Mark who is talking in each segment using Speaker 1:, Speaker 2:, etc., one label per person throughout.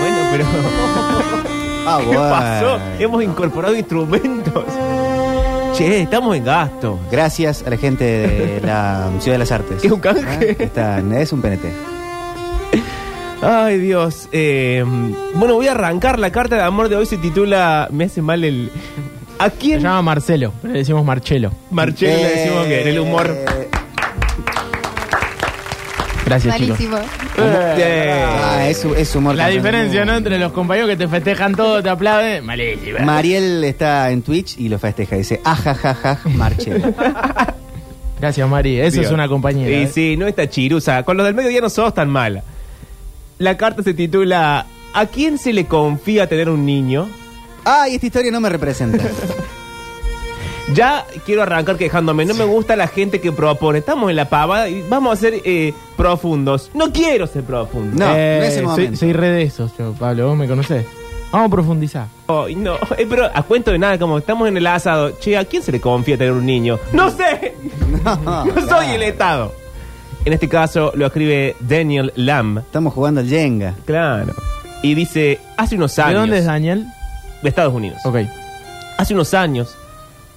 Speaker 1: Bueno, pero.
Speaker 2: Ah,
Speaker 1: ¿Qué
Speaker 2: bueno.
Speaker 1: pasó? Hemos incorporado instrumentos. Che, estamos en gasto.
Speaker 2: Gracias a la gente de la Ciudad de las Artes.
Speaker 1: ¿Es un canje?
Speaker 2: Ah, está, es un PNT.
Speaker 1: Ay, Dios. Eh, bueno, voy a arrancar. La carta de amor de hoy se titula. Me hace mal el. ¿A
Speaker 3: Se
Speaker 1: quién?
Speaker 3: llama Marcelo, pero le decimos Marcelo.
Speaker 1: Marcelo le decimos que en el humor.
Speaker 2: Eh,
Speaker 3: Gracias, chicos.
Speaker 4: Malísimo.
Speaker 1: Eh,
Speaker 2: ah, es, es humor.
Speaker 3: La
Speaker 2: campeón del
Speaker 3: diferencia, ¿no?
Speaker 2: mundo.
Speaker 3: Entre los compañeros que te festejan todo, te aplauden. Malísimo.
Speaker 2: Mariel está en Twitch y lo festeja. Dice, ajajaja, Marcelo.
Speaker 3: Gracias, Mari. Eso
Speaker 1: Dios.
Speaker 3: es una ¿eh? compañía.
Speaker 1: Sí, sí, no está chirusa. Con los del mediodía no sos tan mala. La carta se titula ¿A quién se le confía tener un niño?
Speaker 2: Ay, esta historia no me representa.
Speaker 1: Ya quiero arrancar quejándome. No me gusta la gente que propone. Estamos en la pava y vamos a ser eh, profundos. No quiero ser profundo.
Speaker 2: No, no es el
Speaker 3: Eh, soy,
Speaker 2: momento.
Speaker 3: soy re de esos, yo, Pablo. Vos me conocés. Vamos a profundizar.
Speaker 1: Ay, no, Eh, pero a cuento de nada, como estamos en el asado, che, ¿a quién se le confía tener un niño? No sé,
Speaker 2: No,
Speaker 1: no
Speaker 2: claro.
Speaker 1: soy el e- Estado. En este caso lo escribe Daniel Lamb,
Speaker 2: Estamos jugando al Jenga.
Speaker 1: claro. Y dice, hace unos años...
Speaker 3: ¿De dónde es Daniel?
Speaker 1: De Estados Unidos.
Speaker 3: Ok.
Speaker 1: Hace unos años,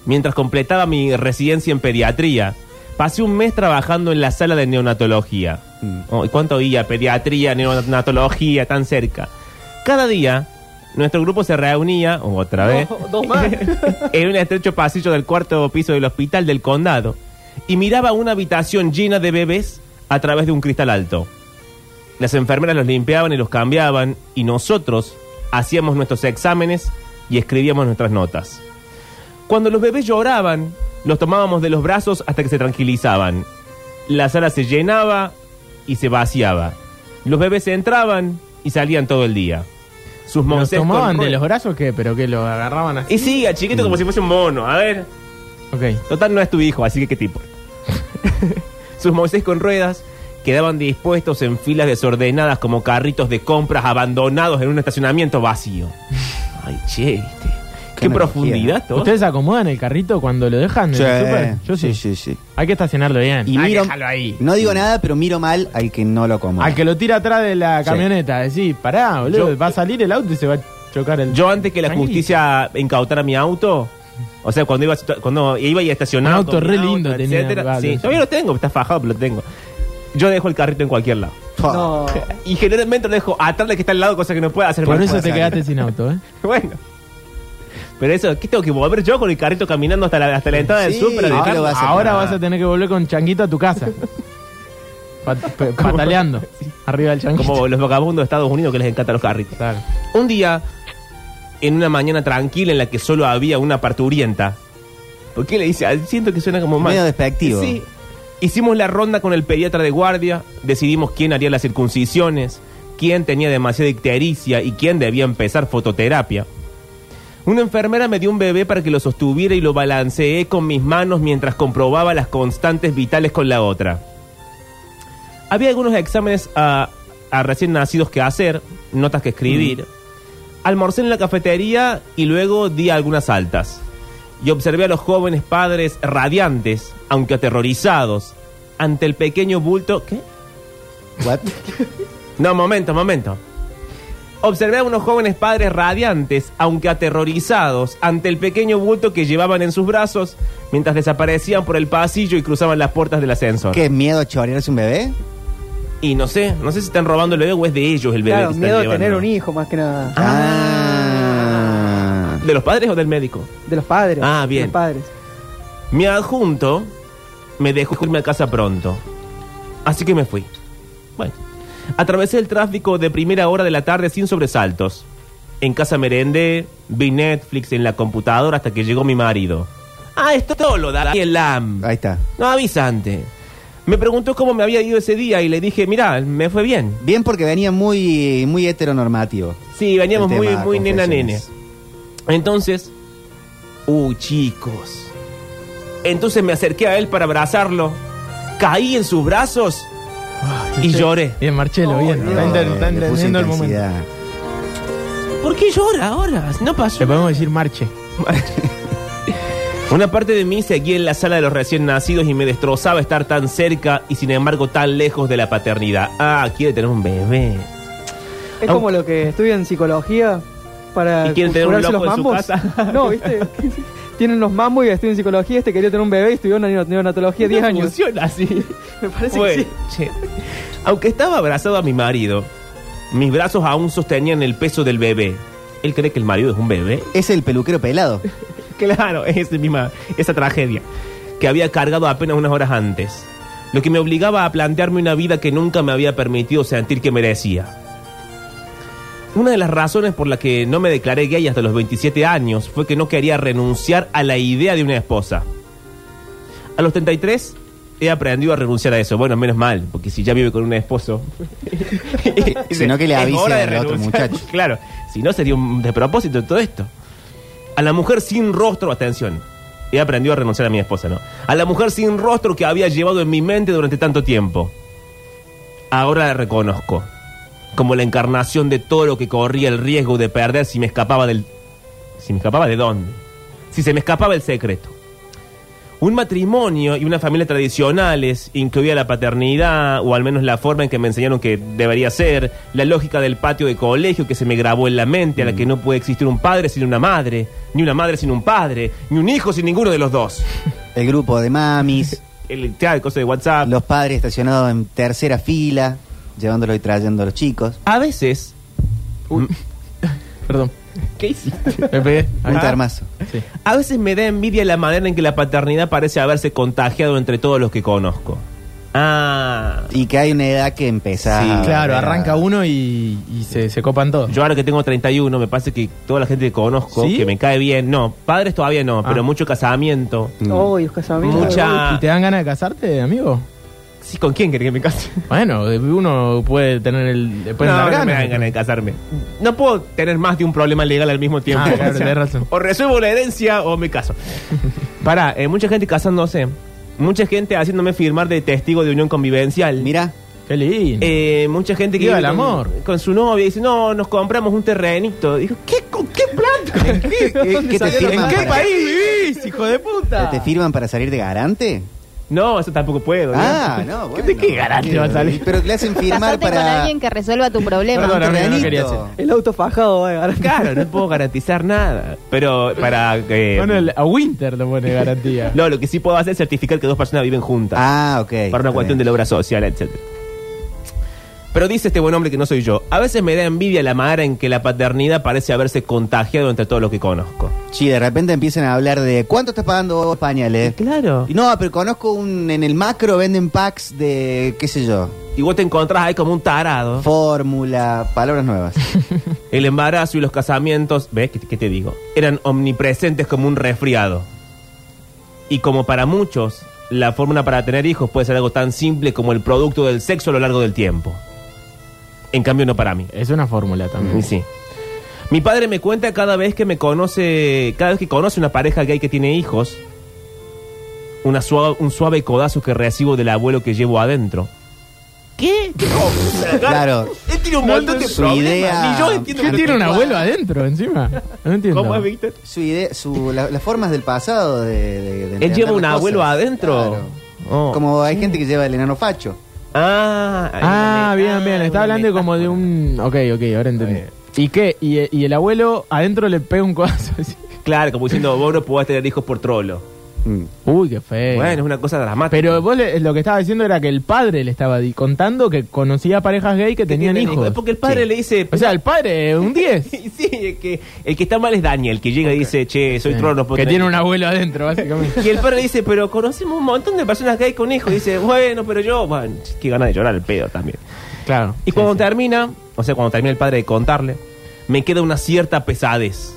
Speaker 1: mientras completaba mi residencia en pediatría, pasé un mes trabajando en la sala de neonatología.
Speaker 2: Mm.
Speaker 1: Oh, ¿y ¿Cuánto oía? Pediatría, neonatología, tan cerca. Cada día, nuestro grupo se reunía, otra vez, en un estrecho pasillo del cuarto piso del hospital del condado y miraba una habitación llena de bebés a través de un cristal alto. Las enfermeras los limpiaban y los cambiaban y nosotros hacíamos nuestros exámenes y escribíamos nuestras notas. Cuando los bebés lloraban, los tomábamos de los brazos hasta que se tranquilizaban. La sala se llenaba y se vaciaba. Los bebés entraban y salían todo el día. Sus
Speaker 3: ¿Los
Speaker 1: monces con
Speaker 3: tomaban de Mm.
Speaker 1: ruedas-
Speaker 3: los brazos qué? ¿Pero que ¿Lo agarraban así?
Speaker 1: Y sí, a chiquito como si fuese un mono. A ver,
Speaker 3: Ok.
Speaker 1: total no es tu hijo, así que qué tipo. Sus Moisés con ruedas quedaban dispuestos en filas desordenadas como carritos de compras abandonados en un estacionamiento vacío. Ay, che, este, qué,
Speaker 2: Qué analogía.
Speaker 1: profundidad todo.
Speaker 3: ¿Ustedes acomodan el carrito cuando lo dejan en el súper? Yo sí.
Speaker 2: sí, sí.
Speaker 3: Hay que estacionarlo bien.
Speaker 2: Y
Speaker 3: Hay
Speaker 2: miro,
Speaker 3: que dejarlo ahí.
Speaker 2: No digo nada, pero miro mal al que no lo acomoda.
Speaker 3: Al que lo tira atrás de la
Speaker 2: Sí.
Speaker 3: camioneta. Decís, pará, boludo.
Speaker 1: Yo-
Speaker 3: va a salir el auto y se va a chocar el...
Speaker 1: Yo antes que la
Speaker 3: Tranquilo.
Speaker 1: justicia incautara mi auto, o sea, cuando iba, a- cuando iba y estacionaba.
Speaker 3: Un auto
Speaker 1: con mi
Speaker 3: re lindo tenía,
Speaker 1: etcétera.
Speaker 3: Pablo.
Speaker 1: Sí, todavía lo tengo, está fajado, pero lo tengo. Yo dejo el carrito en cualquier lado.
Speaker 2: Fua.
Speaker 1: Y generalmente lo dejo atrás de que está al lado, cosa que no puede hacer
Speaker 3: Oh. Por
Speaker 1: más
Speaker 3: eso
Speaker 1: fuerza.
Speaker 3: te quedaste sin auto, ¿eh?
Speaker 1: Bueno. Pero eso, ¿qué tengo que volver yo con el carrito caminando hasta la, hasta la entrada
Speaker 2: Sí,
Speaker 1: del súper? a Ah,
Speaker 2: ahora
Speaker 1: dejarlo?
Speaker 2: lo vas a-
Speaker 3: Ahora
Speaker 2: nada.
Speaker 3: vas a tener que volver con changuito a tu casa. Pat- pe- pataleando. Arriba del changuito.
Speaker 1: Como los vagabundos de Estados Unidos que les encantan los carritos.
Speaker 3: Claro.
Speaker 1: Un día, en una mañana tranquila en la que solo había una parturienta. ¿Por qué le dice? Ah, Siento que suena como mal.
Speaker 2: Medio despectivo.
Speaker 1: Sí. Hicimos la ronda con el pediatra de guardia, decidimos quién haría las circuncisiones, quién tenía demasiada ictericia y quién debía empezar fototerapia. Una enfermera me dio un bebé para que lo sostuviera y lo balanceé con mis manos mientras comprobaba las constantes vitales con la otra. Había algunos exámenes a, a recién nacidos que hacer, notas que escribir. Almorcé en la cafetería y luego di algunas altas. Y observé a los jóvenes padres radiantes, aunque aterrorizados, ante el pequeño bulto. ¿Qué?
Speaker 2: What?
Speaker 1: No, momento, momento. Observé a unos jóvenes padres radiantes, aunque aterrorizados, ante el pequeño bulto que llevaban en sus brazos mientras desaparecían por el pasillo y cruzaban las puertas del ascensor.
Speaker 2: ¿Qué miedo chorearse un bebé?
Speaker 1: Y no sé, no sé si están robando el bebé o es de ellos el bebé.
Speaker 5: Claro,
Speaker 1: que están
Speaker 5: miedo a
Speaker 1: llevando.
Speaker 5: tener un hijo más que nada.
Speaker 2: Ah.
Speaker 1: ¿De los padres o del médico?
Speaker 5: De los padres.
Speaker 1: Ah, bien.
Speaker 5: De los padres.
Speaker 1: Mi adjunto me dejó irme a casa pronto. Así que me fui. Bueno, atravesé el tráfico de primera hora de la tarde sin sobresaltos. En casa merendé, vi Netflix en la computadora hasta que llegó mi marido. Ah, esto lo da el LAM.
Speaker 2: Ahí está.
Speaker 1: No avisa antes. Me preguntó cómo me había ido ese día y le dije, mira, me fue bien.
Speaker 2: Bien porque venía muy, muy heteronormativo.
Speaker 1: Sí, veníamos
Speaker 2: El
Speaker 1: muy,
Speaker 2: tema
Speaker 1: muy nena nene.
Speaker 2: confesiones.
Speaker 1: Entonces, uh, chicos. Entonces me acerqué a él para abrazarlo. Caí en sus brazos y lloré.
Speaker 3: Bien, Marcelo, bien. Está enten- está
Speaker 2: Le puso
Speaker 3: entendiendo el momento.
Speaker 2: intensidad.
Speaker 1: ¿Por qué llora ahora? No pasó.
Speaker 3: Le podemos decir Marche.
Speaker 1: Una parte de mí seguía en la sala de los recién nacidos y me destrozaba estar tan cerca y sin embargo tan lejos de la paternidad. Ah, quiere tener un bebé.
Speaker 4: Es
Speaker 1: Ah.
Speaker 4: como lo que estudian psicología para
Speaker 1: ¿Y quieren tener un
Speaker 4: curarse
Speaker 1: loco
Speaker 4: los
Speaker 1: en su
Speaker 4: mambos.
Speaker 1: casa?
Speaker 4: No, ¿viste? Tienen los mambos y estudian psicología. Este quería tener un bebé y estudió neon- neonatología 10 años.
Speaker 1: Funciona así.
Speaker 4: Me parece
Speaker 1: Fue,
Speaker 4: que sí.
Speaker 1: che. Aunque estaba abrazado a mi marido, mis brazos aún sostenían el peso del bebé. ¿Él cree que el marido es un bebé?
Speaker 2: Es el peluquero pelado.
Speaker 1: Claro, es misma, esa tragedia que había cargado apenas unas horas antes. Lo que me obligaba a plantearme una vida que nunca me había permitido sentir que merecía. Una de las razones por la que no me declaré gay hasta los 27 años fue que no quería renunciar a la idea de una esposa. A los 33 he aprendido a renunciar a eso. Bueno, menos mal, porque si ya vive con un esposo.
Speaker 2: Si no, que le
Speaker 1: es
Speaker 2: avise
Speaker 1: hora de
Speaker 2: al otro
Speaker 1: renunciar.
Speaker 2: muchacho.
Speaker 1: Claro, si no sería un despropósito todo esto. A la mujer sin rostro, atención. He aprendido a renunciar a mi esposa, ¿no? A la mujer sin rostro que había llevado en mi mente durante tanto tiempo. Ahora la reconozco. Como la encarnación de todo lo que corría el riesgo de perder si me escapaba del. Si me escapaba de dónde. Si se me escapaba el secreto. Un matrimonio y una familia tradicionales incluía la paternidad, o al menos la forma en que me enseñaron que debería ser, la lógica del patio de colegio que se me grabó en la mente, a la que no puede existir un padre sin una madre, ni una madre sin un padre, ni un hijo sin ninguno de los dos.
Speaker 2: El grupo de mamis,
Speaker 1: El, claro, el coso de WhatsApp.
Speaker 2: los padres estacionados en tercera fila, llevándolo y trayendo a los chicos.
Speaker 1: A veces.
Speaker 3: Perdón.
Speaker 1: ¿Qué hiciste?
Speaker 3: Me pegué.
Speaker 2: Un
Speaker 3: Ah,
Speaker 2: termazo.
Speaker 3: sí.
Speaker 1: A veces me da envidia la manera en que la paternidad parece haberse contagiado entre todos los que conozco. Ah.
Speaker 2: Y que hay una edad que empieza.
Speaker 3: Sí,
Speaker 2: a volver
Speaker 3: claro,
Speaker 2: a-
Speaker 3: arranca uno y, y se, se copan todos.
Speaker 1: Yo ahora que tengo 31, me parece que toda la gente que conozco,
Speaker 3: ¿Sí?
Speaker 1: que me cae bien, no, padres todavía no,
Speaker 3: Ah.
Speaker 1: pero mucho casamiento.
Speaker 4: Oh, Dios, casamiento.
Speaker 1: Mucha.
Speaker 3: ¿Y te dan ganas de casarte, amigo?
Speaker 1: Sí, ¿Con quién querés que me case?
Speaker 3: Bueno, uno puede tener el. Puede
Speaker 1: no,
Speaker 3: dar
Speaker 1: no
Speaker 3: ganas.
Speaker 1: me dan ganas de casarme. No puedo tener más de un problema legal al mismo tiempo.
Speaker 3: Ah, claro, tenés razón.
Speaker 1: O resuelvo la herencia o me caso. Pará, eh, mucha gente casándose, mucha gente haciéndome firmar de testigo de unión convivencial.
Speaker 2: Mira,
Speaker 3: Qué lindo.
Speaker 1: Eh, mucha gente que
Speaker 3: Viva
Speaker 1: vive
Speaker 3: el
Speaker 1: con-
Speaker 3: amor.
Speaker 1: Con, su novia y dice, no, nos compramos un terrenito. Dijo, ¿qué, con qué plata? ¿En qué,
Speaker 2: ¿Qué te
Speaker 1: salió la plata?
Speaker 2: firman
Speaker 1: ¿En qué
Speaker 2: para-
Speaker 1: país vivís, hijo de puta?
Speaker 2: ¿te firman para salir de garante?
Speaker 1: No, eso tampoco puedo. ¿no?
Speaker 2: Ah, no,
Speaker 1: ¿Qué-
Speaker 2: bueno.
Speaker 1: ¿De qué garante va a salir?
Speaker 2: Pero le hacen firmar
Speaker 5: Casate con
Speaker 2: para.
Speaker 5: alguien que resuelva tu problema.
Speaker 3: Perdón, amigo, no
Speaker 2: terrenito.
Speaker 3: quería hacer.
Speaker 4: El auto fajado eh, va a ganar.
Speaker 1: Claro, no puedo garantizar nada. Pero para que...
Speaker 3: Bueno, el- a Winter lo pone garantía.
Speaker 1: No, Eh, lo que sí puedo hacer es certificar que dos personas viven juntas.
Speaker 2: Ah, ok.
Speaker 1: para una cuestión de la obra social, etc. Pero dice este buen hombre que no soy yo. A veces me da envidia la manera en que la paternidad parece haberse contagiado entre todos los que conozco.
Speaker 2: Sí, de repente empiezan a hablar de cuánto estás pagando vos pañales.
Speaker 1: Claro.
Speaker 2: Y No, pero conozco un. En el macro venden packs de. qué sé yo.
Speaker 1: Y vos te encontrás ahí como un tarado.
Speaker 2: Fórmula, palabras nuevas.
Speaker 1: El embarazo y los casamientos, ¿ves? ¿Qué, qué te digo? Eran omnipresentes como un resfriado. Y como para muchos, la fórmula para tener hijos puede ser algo tan simple como el producto del sexo a lo largo del tiempo. En cambio, no para mí.
Speaker 3: Es una fórmula
Speaker 1: Y
Speaker 3: también.
Speaker 1: sí. Mi padre me cuenta cada vez que me conoce, cada vez que conoce una pareja gay que tiene hijos, una suave, un suave codazo que recibo del abuelo que llevo adentro. ¿Qué? ¿Qué cosa?
Speaker 2: Claro.
Speaker 1: Él tiene un
Speaker 3: No,
Speaker 1: montón de
Speaker 2: su
Speaker 1: problemas.
Speaker 2: idea-
Speaker 1: Ni yo entiendo
Speaker 3: ¿Qué
Speaker 1: lo
Speaker 3: tiene
Speaker 1: que-
Speaker 3: un abuelo adentro encima? No entiendo.
Speaker 1: ¿Cómo es, Víctor?
Speaker 2: Su idea, su, la- las formas del pasado de. de- de
Speaker 1: Él
Speaker 2: entender
Speaker 1: lleva
Speaker 2: las
Speaker 1: un
Speaker 2: cosas.
Speaker 1: abuelo adentro.
Speaker 2: Claro.
Speaker 1: Oh.
Speaker 2: Como hay gente que lleva el enano facho.
Speaker 1: Ah, hay una meta-
Speaker 3: Ah, bien, bien. Está
Speaker 1: una
Speaker 3: hablando
Speaker 1: metáfora.
Speaker 3: como de un. Ok, ok, ahora entendí.
Speaker 1: Está
Speaker 3: ¿Y qué? Y, y el abuelo adentro le pega un codazo. así.
Speaker 1: Claro, como diciendo, vos no podés tener hijos por trolo.
Speaker 2: Mm.
Speaker 3: Uy, qué feo.
Speaker 1: Bueno, es una cosa dramática.
Speaker 3: Eh. Pero vos le- lo que estaba diciendo era que el padre le estaba di- contando que conocía parejas gay que tenían hijos.
Speaker 1: Es porque el padre
Speaker 3: Sí.
Speaker 1: le dice.
Speaker 3: O sea, el padre es un 10.
Speaker 1: sí, es que el que está mal es Daniel, que llega y dice, che, soy trono. no puedo
Speaker 3: Eh, que
Speaker 1: tener
Speaker 3: tiene un abuelo adentro, básicamente.
Speaker 1: Y el padre dice, pero conocemos un montón de personas que hay con hijos. Y dice, bueno, pero yo, bueno, qué ganas de llorar el pedo también.
Speaker 3: claro.
Speaker 1: Y cuando termina, o sea, cuando termina el padre de contarle, me queda una cierta pesadez.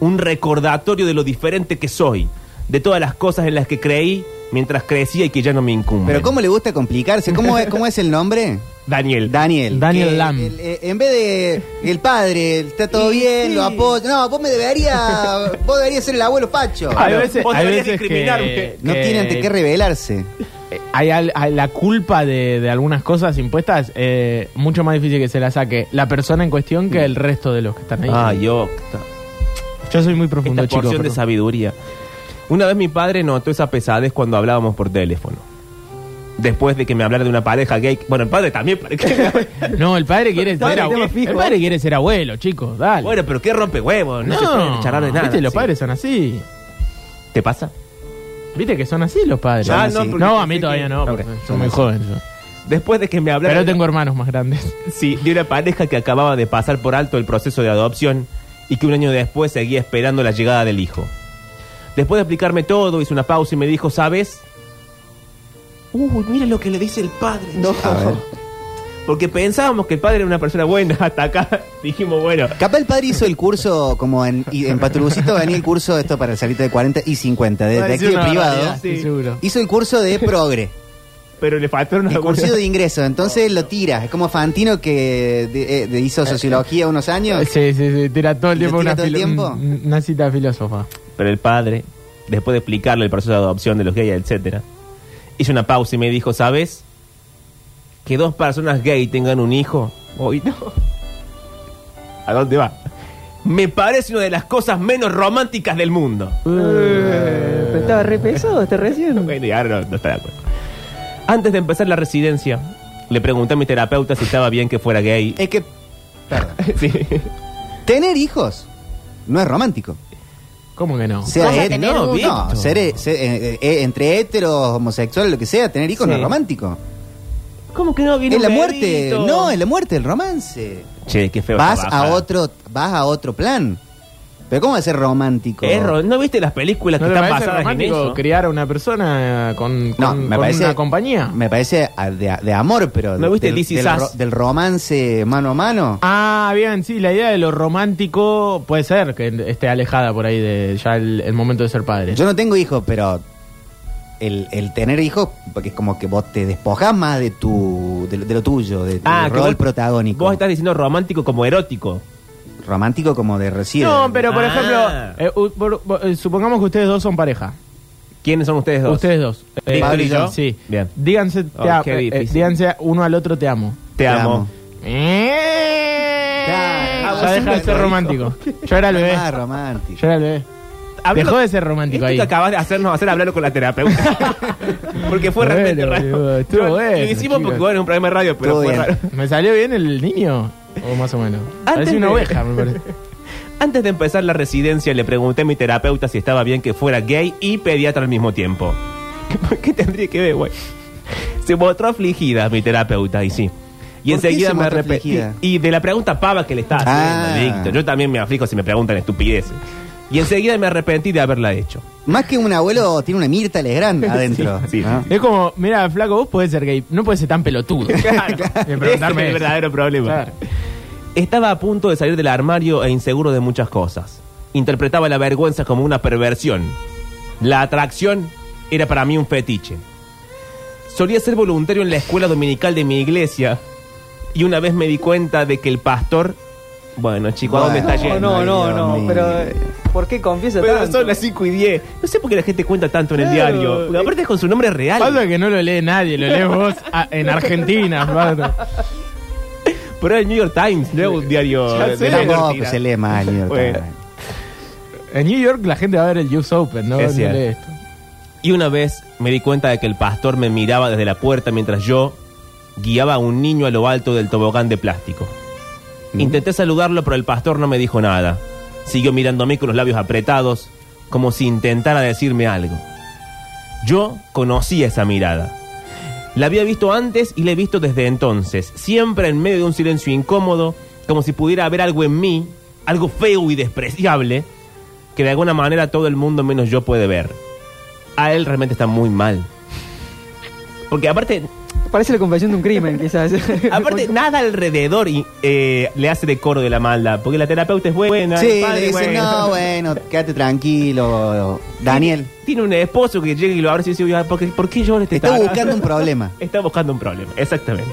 Speaker 1: Un recordatorio de lo diferente que soy. De todas las cosas en las que creí mientras crecía y que ya no me incumben.
Speaker 3: Mm.
Speaker 2: Pero ¿cómo le gusta complicarse? ¿Cómo es, cómo es el nombre?
Speaker 1: Daniel.
Speaker 2: Daniel.
Speaker 3: Daniel
Speaker 2: Que
Speaker 3: Lam.
Speaker 2: el- eh, en vez de el padre, está todo bien, lo apoyo. No, vos me debería, vos deberías ser el abuelo Pacho.
Speaker 3: Ah,
Speaker 1: Ay, Vos deberías discriminarme.
Speaker 3: que,
Speaker 2: No
Speaker 3: que
Speaker 2: tiene ante qué revelarse.
Speaker 3: Eh, hay, al- hay la culpa de, de algunas cosas impuestas, eh, mucho más difícil que se la saque la persona en cuestión que el resto de los que están ahí.
Speaker 1: Ah, yo. esta-
Speaker 3: Yo soy muy profundo,
Speaker 1: Esta
Speaker 3: chicos.
Speaker 1: porción de
Speaker 3: perdón.
Speaker 1: sabiduría. Una vez mi padre notó esa pesadez cuando hablábamos por teléfono. Después de que me hablara de una pareja gay. Bueno, el padre también. ¿para qué?
Speaker 3: No, el padre quiere
Speaker 1: Dale,
Speaker 3: ser abuelo.
Speaker 1: tema fijo. eh.
Speaker 3: El padre quiere ser abuelo, chicos, dale.
Speaker 1: bueno, pero qué rompe huevos. No, se puede charlar de nada.
Speaker 3: Viste, los
Speaker 1: sí.
Speaker 3: padres son así.
Speaker 1: ¿Te pasa?
Speaker 3: Viste que son así los padres.
Speaker 1: Ah,
Speaker 2: no,
Speaker 3: Sí.
Speaker 1: porque
Speaker 3: no, a
Speaker 1: pensé
Speaker 3: mí
Speaker 1: que-
Speaker 3: todavía no.
Speaker 1: Ok,
Speaker 3: porque soy muy joven yo.
Speaker 1: Después de que me hablara.
Speaker 3: Pero tengo hermanos más grandes.
Speaker 1: Sí, de una pareja que acababa de pasar por alto el proceso de adopción y que un año después seguía esperando la llegada del hijo. Después de explicarme todo, hizo una pausa y me dijo, ¿sabes? Uy, mira lo que le dice el padre. No. Porque pensábamos que el padre era una persona buena. Hasta acá dijimos, bueno,
Speaker 2: Capaz el padre hizo el curso, como en, y en Patrucito venía el curso de esto para el salito de 40 y 50, de detective
Speaker 3: Parecía una
Speaker 2: privado.
Speaker 3: barbaridad, sí, seguro.
Speaker 2: Hizo el curso de progre,
Speaker 1: pero le faltaron
Speaker 2: el
Speaker 1: algunas-
Speaker 2: curso de ingreso. Entonces lo tira. Es como Fantino que de- eh, de hizo sociología unos años.
Speaker 3: Sí, sí, sí. Tira todo el
Speaker 2: ¿Le
Speaker 3: tiempo
Speaker 2: tira
Speaker 3: una,
Speaker 2: todo el
Speaker 3: filo-
Speaker 2: tiempo?
Speaker 3: un- una cita filósofa.
Speaker 1: Pero el padre, después de explicarle el proceso de adopción de los gays, etcétera, hizo una pausa y me dijo, ¿sabes? Que dos personas gay tengan un hijo. Hoy no. ¿A dónde va? Me parece una de las cosas menos románticas del mundo.
Speaker 4: Eh, pero estaba re pesado este recién.
Speaker 1: Bueno, y ahora no, no está de acuerdo. Antes de empezar la residencia, le pregunté a mi terapeuta si estaba bien que fuera gay.
Speaker 2: Es que, perdón.
Speaker 1: Sí.
Speaker 2: Tener hijos no es romántico.
Speaker 3: ¿Cómo que no?
Speaker 2: Sea
Speaker 1: Cosa
Speaker 2: het-
Speaker 1: tener
Speaker 2: no,
Speaker 1: uno.
Speaker 2: no, ser, ser- eh, eh, entre heteros, homosexuales, lo que sea, tener hijos no es
Speaker 1: Sí.
Speaker 2: romántico.
Speaker 1: ¿Cómo que no? Viene
Speaker 2: Es
Speaker 1: un
Speaker 2: la muerte,
Speaker 1: bebito.
Speaker 2: no, es la muerte, el romance.
Speaker 1: Che, qué feo.
Speaker 2: Vas
Speaker 1: esta
Speaker 2: a
Speaker 1: bajada.
Speaker 2: otro, vas a otro plan. Pero cómo va a ser romántico?
Speaker 1: Es ro- ¿No viste las películas
Speaker 3: ¿No
Speaker 1: que
Speaker 3: te
Speaker 1: están
Speaker 3: parece
Speaker 1: basadas en
Speaker 3: romántico
Speaker 1: eso?
Speaker 3: criar a una persona con,
Speaker 2: no,
Speaker 3: con-
Speaker 2: me
Speaker 3: con
Speaker 2: parece
Speaker 3: una compañía?
Speaker 2: Me parece a- de, de amor, pero
Speaker 1: ¿No
Speaker 2: de-
Speaker 1: viste
Speaker 2: del,
Speaker 1: This Is
Speaker 2: del
Speaker 1: Us?
Speaker 2: del romance mano a mano.
Speaker 3: Ah, bien, sí, la idea de lo romántico puede ser que esté alejada por ahí de ya el, el momento de ser padre.
Speaker 2: Yo no tengo hijos, pero el, el tener hijos, porque es como que vos te despojas más de tu de, lo- de lo tuyo, de tu
Speaker 1: Ah, que
Speaker 2: rol
Speaker 1: vos-
Speaker 2: protagónico.
Speaker 1: Vos estás diciendo romántico como erótico.
Speaker 2: Romántico como de recién.
Speaker 3: no, pero por
Speaker 1: Ah.
Speaker 3: ejemplo, eh, u- por- por- eh, supongamos que ustedes dos son pareja.
Speaker 1: ¿Quiénes son ustedes dos?
Speaker 3: Ustedes dos. Eh,
Speaker 1: Víctor
Speaker 2: y yo.
Speaker 3: Sí.
Speaker 1: Bien.
Speaker 3: Díganse, te
Speaker 1: Oh,
Speaker 3: a-
Speaker 1: qué
Speaker 3: eh,
Speaker 1: difícil.
Speaker 3: eh, díganse uno al otro te amo.
Speaker 1: Te amo.
Speaker 2: amo.
Speaker 3: Ya
Speaker 2: vos
Speaker 3: deja
Speaker 2: siempre
Speaker 3: de ser
Speaker 2: lo dijo.
Speaker 3: romántico. Yo era el bebé.
Speaker 2: Más romántico.
Speaker 3: Yo era el bebé.
Speaker 1: Hablando-
Speaker 3: Dejó de ser romántico
Speaker 1: Esto
Speaker 3: ahí.
Speaker 1: que acabas de hacernos hacer hablarlo con la terapeuta. porque fue
Speaker 3: Bueno,
Speaker 1: realmente raro.
Speaker 3: boludo, estuvo
Speaker 1: Lo-
Speaker 3: bueno,
Speaker 1: lo hicimos
Speaker 3: chicos.
Speaker 1: porque bueno, es un programa de radio, pero
Speaker 2: Estuvo
Speaker 1: fue
Speaker 2: bien.
Speaker 1: raro.
Speaker 3: ¿Me salió bien el niño? O más o menos. Parece una
Speaker 1: de-
Speaker 3: oveja, me parece.
Speaker 1: Antes de empezar la residencia, le pregunté a mi terapeuta si estaba bien que fuera gay y pediatra al mismo tiempo. ¿Por qué tendría que ver, güey? Se mostró afligida mi terapeuta, y sí. Y
Speaker 2: ¿Por qué
Speaker 1: enseguida
Speaker 2: se
Speaker 1: me
Speaker 2: mostró
Speaker 1: arrepentí.
Speaker 2: afligida?
Speaker 1: Y de la pregunta pava que le estaba
Speaker 2: Ah.
Speaker 1: haciendo, Víctor. Yo también me aflijo si me preguntan estupideces. Y enseguida me arrepentí de haberla hecho.
Speaker 2: Más que un abuelo, tiene una Mirta Legrand adentro.
Speaker 1: sí,
Speaker 2: ¿no?
Speaker 3: Es como, mira, flaco, vos podés ser gay, no podés ser tan pelotudo.
Speaker 1: Claro,
Speaker 3: De
Speaker 1: ese Este es
Speaker 3: preguntarme
Speaker 1: el
Speaker 3: eso.
Speaker 1: verdadero problema.
Speaker 3: Claro.
Speaker 1: Estaba a punto de salir del armario e inseguro de muchas cosas. Interpretaba la vergüenza como una perversión. La atracción era para mí un fetiche. Solía ser voluntario en la escuela dominical de mi iglesia y una vez me di cuenta de que el pastor... Bueno, chico, ¿a dónde
Speaker 2: Bueno,
Speaker 1: está
Speaker 4: No,
Speaker 1: yendo?
Speaker 4: no,
Speaker 2: Ay,
Speaker 4: no,
Speaker 2: Dios
Speaker 4: no,
Speaker 2: mío.
Speaker 4: pero eh, ¿por qué confiesa
Speaker 1: Pero
Speaker 4: tanto?
Speaker 1: son las 5 y 10. No sé por qué la gente cuenta tanto en el
Speaker 4: Claro.
Speaker 1: diario. Porque aparte es con su nombre real.
Speaker 3: Pasa que no lo lee nadie, lo lees vos a- en Argentina, Pablo.
Speaker 1: Pero era el New York Times, no era un diario...
Speaker 3: Ya
Speaker 1: de
Speaker 3: sé.
Speaker 1: la
Speaker 2: Tampoco
Speaker 1: cortina.
Speaker 2: se lee más el New York
Speaker 1: Bueno.
Speaker 2: Times.
Speaker 3: En New York la gente va a ver el US Open, ¿no?
Speaker 1: Es
Speaker 3: No
Speaker 1: cierto.
Speaker 3: lee esto.
Speaker 1: Y una vez me di cuenta de que el pastor me miraba desde la puerta mientras yo guiaba a un niño a lo alto del tobogán de plástico. Intenté saludarlo, pero el pastor no me dijo nada. Siguió mirándome con los labios apretados, como si intentara decirme algo. Yo conocía esa mirada. La había visto antes y la he visto desde entonces, siempre en medio de un silencio incómodo, como si pudiera haber algo en mí, algo feo y despreciable, que de alguna manera todo el mundo menos yo puede ver. A él realmente está muy mal. Porque aparte,
Speaker 4: Parece la confesión de un crimen, quizás.
Speaker 1: Aparte, nada alrededor y, eh, le hace decoro de la maldad, porque la terapeuta es buena.
Speaker 2: Sí,
Speaker 1: el padre
Speaker 2: le
Speaker 1: es
Speaker 2: dicen,
Speaker 1: bueno.
Speaker 2: no, bueno, quédate tranquilo, Daniel.
Speaker 1: Tiene un esposo que llega y lo abre y dice, "Oye, ¿por qué, por qué yo
Speaker 2: Te
Speaker 1: este
Speaker 2: está
Speaker 1: tarado?"
Speaker 2: buscando un problema.
Speaker 1: Está buscando un problema, exactamente.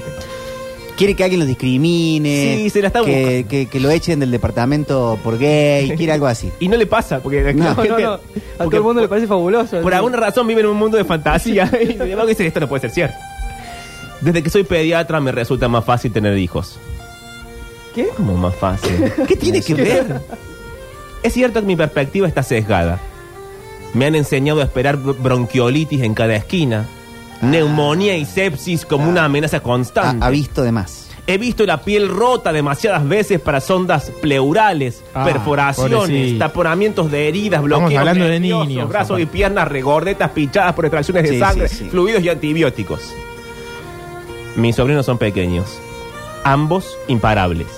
Speaker 2: Quiere que alguien lo discrimine.
Speaker 1: Sí, se la está
Speaker 2: que,
Speaker 1: buscando.
Speaker 2: que, que lo echen del departamento por gay. Quiere algo así.
Speaker 1: Y no le pasa, porque la
Speaker 2: No.
Speaker 4: No, no,
Speaker 1: gente-
Speaker 4: no. A
Speaker 1: porque
Speaker 4: todo el mundo le
Speaker 1: por-
Speaker 4: parece fabuloso.
Speaker 1: Por alguna razón vive en un mundo de fantasía y de embargo dice, esto no puede ser cierto. Desde que soy pediatra me resulta más fácil tener hijos.
Speaker 4: ¿Qué?
Speaker 1: ¿Cómo más fácil?
Speaker 2: ¿Qué tiene que ver?
Speaker 1: Es cierto que mi perspectiva está sesgada. Me han enseñado a esperar bro- bronquiolitis en cada esquina, neumonía y sepsis como una amenaza
Speaker 2: Ha,
Speaker 1: constante.
Speaker 2: ha visto de más.
Speaker 1: He visto la piel rota demasiadas veces para sondas pleurales,
Speaker 3: Ah,
Speaker 1: perforaciones,
Speaker 3: pobrecito.
Speaker 1: taponamientos de heridas,
Speaker 3: Estamos
Speaker 1: bloqueos
Speaker 3: hablando de
Speaker 1: nerviosos,
Speaker 3: niños,
Speaker 1: brazos
Speaker 3: papá.
Speaker 1: y piernas regordetas pinchadas por extracciones de
Speaker 2: Sí,
Speaker 1: sangre,
Speaker 2: sí, sí.
Speaker 1: fluidos y antibióticos. Mis sobrinos son pequeños, ambos imparables.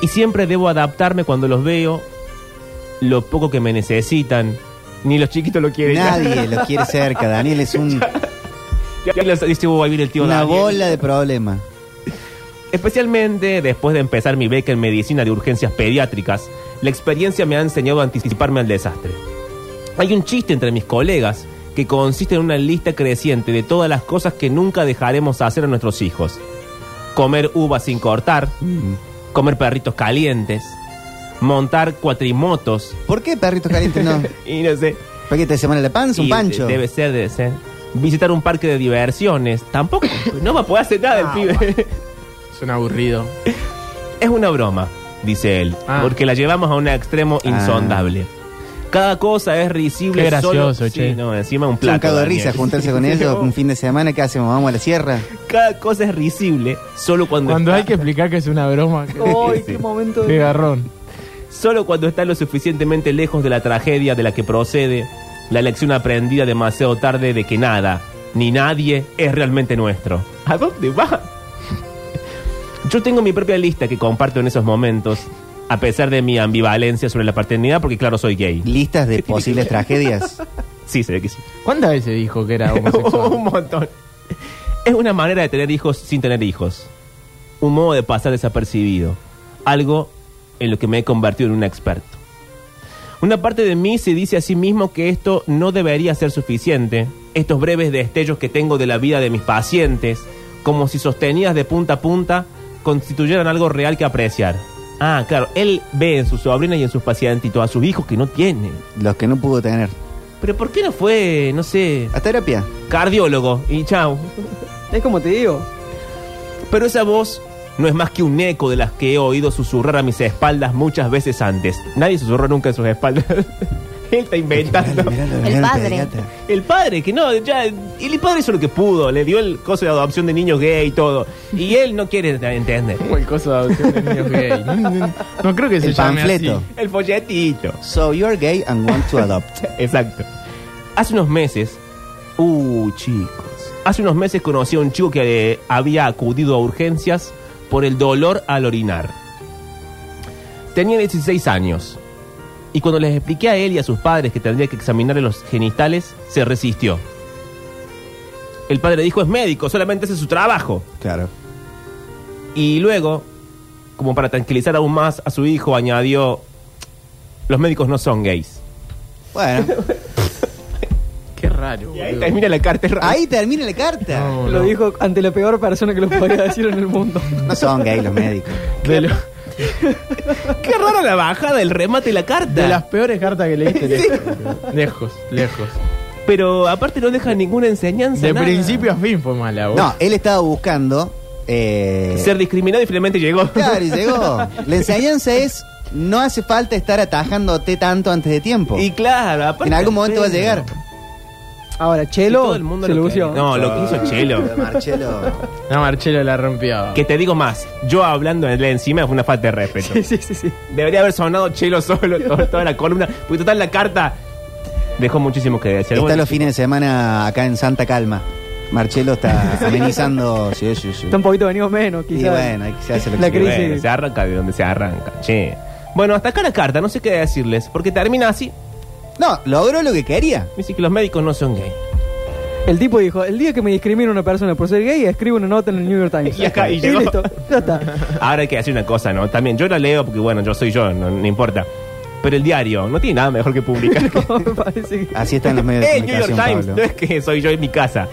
Speaker 1: Y siempre debo adaptarme cuando los veo, lo poco que me necesitan. Ni los chiquitos lo quieren.
Speaker 2: Nadie lo quiere cerca. Daniel es un-
Speaker 1: Ya, ya los- dice, "Oh, ahí viene el tío
Speaker 2: una
Speaker 1: Daniel".
Speaker 2: bola de problemas.
Speaker 1: Especialmente después de empezar mi beca en medicina de urgencias pediátricas, la experiencia me ha enseñado a anticiparme al desastre. Hay un chiste entre mis colegas que consiste en una lista creciente de todas las cosas que nunca dejaremos hacer a nuestros hijos. Comer uvas sin cortar,
Speaker 2: Mm.
Speaker 1: comer perritos calientes, montar cuatrimotos
Speaker 2: ¿Por qué perritos calientes no?
Speaker 1: y no sé,
Speaker 2: ¿Para qué te semana la panza? ¿Un
Speaker 1: y
Speaker 2: pancho?
Speaker 1: Debe ser, debe ser. Visitar un parque de diversiones. Tampoco, no va a poder hacer nada
Speaker 2: Ah,
Speaker 1: el pibe.
Speaker 3: Es un aburrido.
Speaker 1: Es una broma, dice él,
Speaker 3: Ah.
Speaker 1: porque la llevamos a un extremo insondable. Cada cosa es risible.
Speaker 3: Qué gracioso,
Speaker 1: solo...
Speaker 3: che.
Speaker 1: Sí, no, encima un
Speaker 2: Es un
Speaker 1: plato.
Speaker 2: cago de
Speaker 1: Daniel.
Speaker 2: risa juntarse con ellos un fin de semana. ¿Qué hacemos? ¿Vamos a la sierra?
Speaker 1: Cada cosa es risible solo cuando,
Speaker 3: Cuando
Speaker 1: está,
Speaker 3: hay que explicar que es una broma.
Speaker 1: Oh.
Speaker 3: qué-
Speaker 4: ¡Ay, qué momento!
Speaker 3: Qué
Speaker 4: De...
Speaker 3: garrón.
Speaker 1: solo cuando está lo suficientemente lejos de la tragedia de la que procede, la lección aprendida demasiado tarde de que nada, ni nadie, es realmente nuestro. ¿A dónde va? Yo tengo mi propia lista que comparto en esos momentos, a pesar de mi ambivalencia sobre la paternidad, porque claro, soy gay.
Speaker 2: ¿Listas de posibles tragedias?
Speaker 1: Sí, se ve que sí.
Speaker 3: ¿Cuántas veces dijo que era
Speaker 1: un
Speaker 3: homosexual?
Speaker 1: montón. Es una manera de tener hijos sin tener hijos. Un modo de pasar desapercibido. Algo en lo que me he convertido en un experto. Una parte de mí se dice a sí mismo que esto no debería ser suficiente. Estos breves destellos que tengo de la vida de mis pacientes, como si sostenidas de punta a punta, constituyeran algo real que apreciar. Ah, claro, él ve en su sobrina y en sus pacientitos a sus hijos que no tiene.
Speaker 2: Los que no pudo tener.
Speaker 1: Pero ¿por qué no fue, no sé,
Speaker 2: ¿A terapia?
Speaker 1: cardiólogo? Y chao.
Speaker 4: Es como te digo.
Speaker 1: Pero esa voz no es más que un eco de las que he oído susurrar a mis espaldas muchas veces antes. Nadie susurró nunca en sus espaldas. Él está inventando.
Speaker 5: El padre.
Speaker 1: El padre, que no, ya, el padre hizo lo que pudo, le dio el coso de adopción de niños gay y todo. Y él no quiere entender.
Speaker 3: Como el coso de adopción de niños gay. No, no- no creo que se
Speaker 2: El
Speaker 3: llame
Speaker 2: panfleto.
Speaker 3: así.
Speaker 1: El folletito.
Speaker 2: So you're gay and want to adopt.
Speaker 1: Exacto. Hace unos meses, uh, chicos, hace unos meses conocí a un chico que eh, había acudido a urgencias por el dolor al orinar. Tenía 16 años. Y cuando les expliqué a él y a sus padres que tendría que examinarle los genitales, se resistió. El padre dijo, es médico, solamente hace su trabajo.
Speaker 2: Claro.
Speaker 1: Y luego, como para tranquilizar aún más a su hijo, añadió, los médicos no son gays.
Speaker 2: Bueno,
Speaker 3: Qué raro.
Speaker 1: Y ahí
Speaker 3: boludo.
Speaker 1: termina la carta. es raro.
Speaker 2: ahí termina la carta.
Speaker 3: No,
Speaker 4: Lo
Speaker 3: no.
Speaker 4: dijo ante la peor persona que lo podía decir en el mundo.
Speaker 2: No son gays los médicos.
Speaker 3: De, lo-
Speaker 1: Qué rara la bajada, el remate y la carta.
Speaker 3: de las peores cartas que leíste. lejos. Lejos, lejos.
Speaker 1: Pero aparte no deja ninguna enseñanza.
Speaker 3: De
Speaker 1: nada.
Speaker 3: principio a fin fue mala. vos.
Speaker 2: No, él estaba buscando. eh,
Speaker 1: Ser discriminado y finalmente llegó.
Speaker 2: Claro, y llegó. La enseñanza es: no hace falta estar atajándote tanto antes de tiempo.
Speaker 1: Y claro, aparte.
Speaker 2: en algún momento va a llegar.
Speaker 4: Ahora,
Speaker 1: Chelo.
Speaker 4: Chelo
Speaker 1: Todo el mundo
Speaker 4: se
Speaker 1: lo
Speaker 4: lo
Speaker 1: quería.
Speaker 4: lució.
Speaker 1: No, lo que hizo Chelo.
Speaker 2: Marcelo.
Speaker 3: No, Marcelo la rompió.
Speaker 1: Que te digo más, yo hablando de él encima fue una falta de respeto.
Speaker 4: Sí, sí, sí, sí.
Speaker 1: Debería haber sonado Chelo solo, to- toda la columna. Porque total la carta Dejó muchísimo que decir.
Speaker 2: Está
Speaker 1: Bueno,
Speaker 2: los fines de semana acá en Santa Calma. Marcelo está amenizando. Sí, sí, sí.
Speaker 4: Está un poquito venido menos,
Speaker 2: Y
Speaker 4: quizás.
Speaker 2: bueno, hay que se hace lo que
Speaker 4: La
Speaker 2: se
Speaker 1: bueno,
Speaker 4: crisis.
Speaker 1: se arranca de donde se arranca. Che. Bueno, hasta acá la carta, no sé qué decirles, porque termina así.
Speaker 2: puede. No, logró lo que quería.
Speaker 1: Dice que los médicos no son gay.
Speaker 4: El tipo dijo, el día que me discrimina una persona por ser gay, escribo una nota en el New York Times.
Speaker 1: Y acá- y llegó.
Speaker 4: listo, ya está.
Speaker 1: Ahora hay que decir una cosa, ¿no? También yo la leo porque, bueno, yo soy yo, no, no importa. Pero el diario no tiene nada mejor que publicar.
Speaker 4: No, me parece que...
Speaker 2: Así están los medios de
Speaker 1: Eh, New York
Speaker 2: comunicación,
Speaker 1: Times,
Speaker 2: Pablo.
Speaker 1: no es que soy yo en mi casa.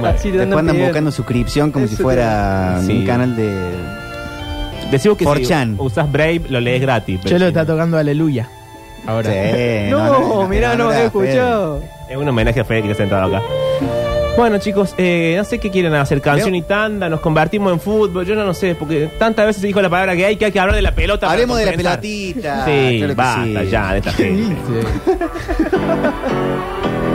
Speaker 1: Bueno,
Speaker 4: Así te
Speaker 2: Después andan
Speaker 4: pidiendo.
Speaker 2: buscando suscripción como
Speaker 4: Eso
Speaker 2: si fuera
Speaker 1: te-
Speaker 2: un
Speaker 1: Sí.
Speaker 2: canal de.
Speaker 1: decimos que si
Speaker 2: 4chan.
Speaker 1: usas Brave, lo lees gratis. pero
Speaker 3: Chelo
Speaker 1: si
Speaker 3: está
Speaker 1: no.
Speaker 3: tocando aleluya. Ahora.
Speaker 2: Sí,
Speaker 4: No, mirá, no,
Speaker 2: era,
Speaker 4: he
Speaker 2: Fede.
Speaker 4: escuchado.
Speaker 1: Es un homenaje a Fede que está sentado acá. Bueno, chicos, eh, no sé qué quieren hacer. Canción y tanda, nos convertimos en fútbol. Yo no, no sé, porque tantas veces se dijo la palabra que hay que hay que hablar de la pelota. para
Speaker 2: Hablemos de la
Speaker 1: compensar.
Speaker 2: pelotita.
Speaker 1: Sí,
Speaker 2: claro que
Speaker 1: basta
Speaker 2: sí.
Speaker 1: ya de esta gente.
Speaker 3: Sí.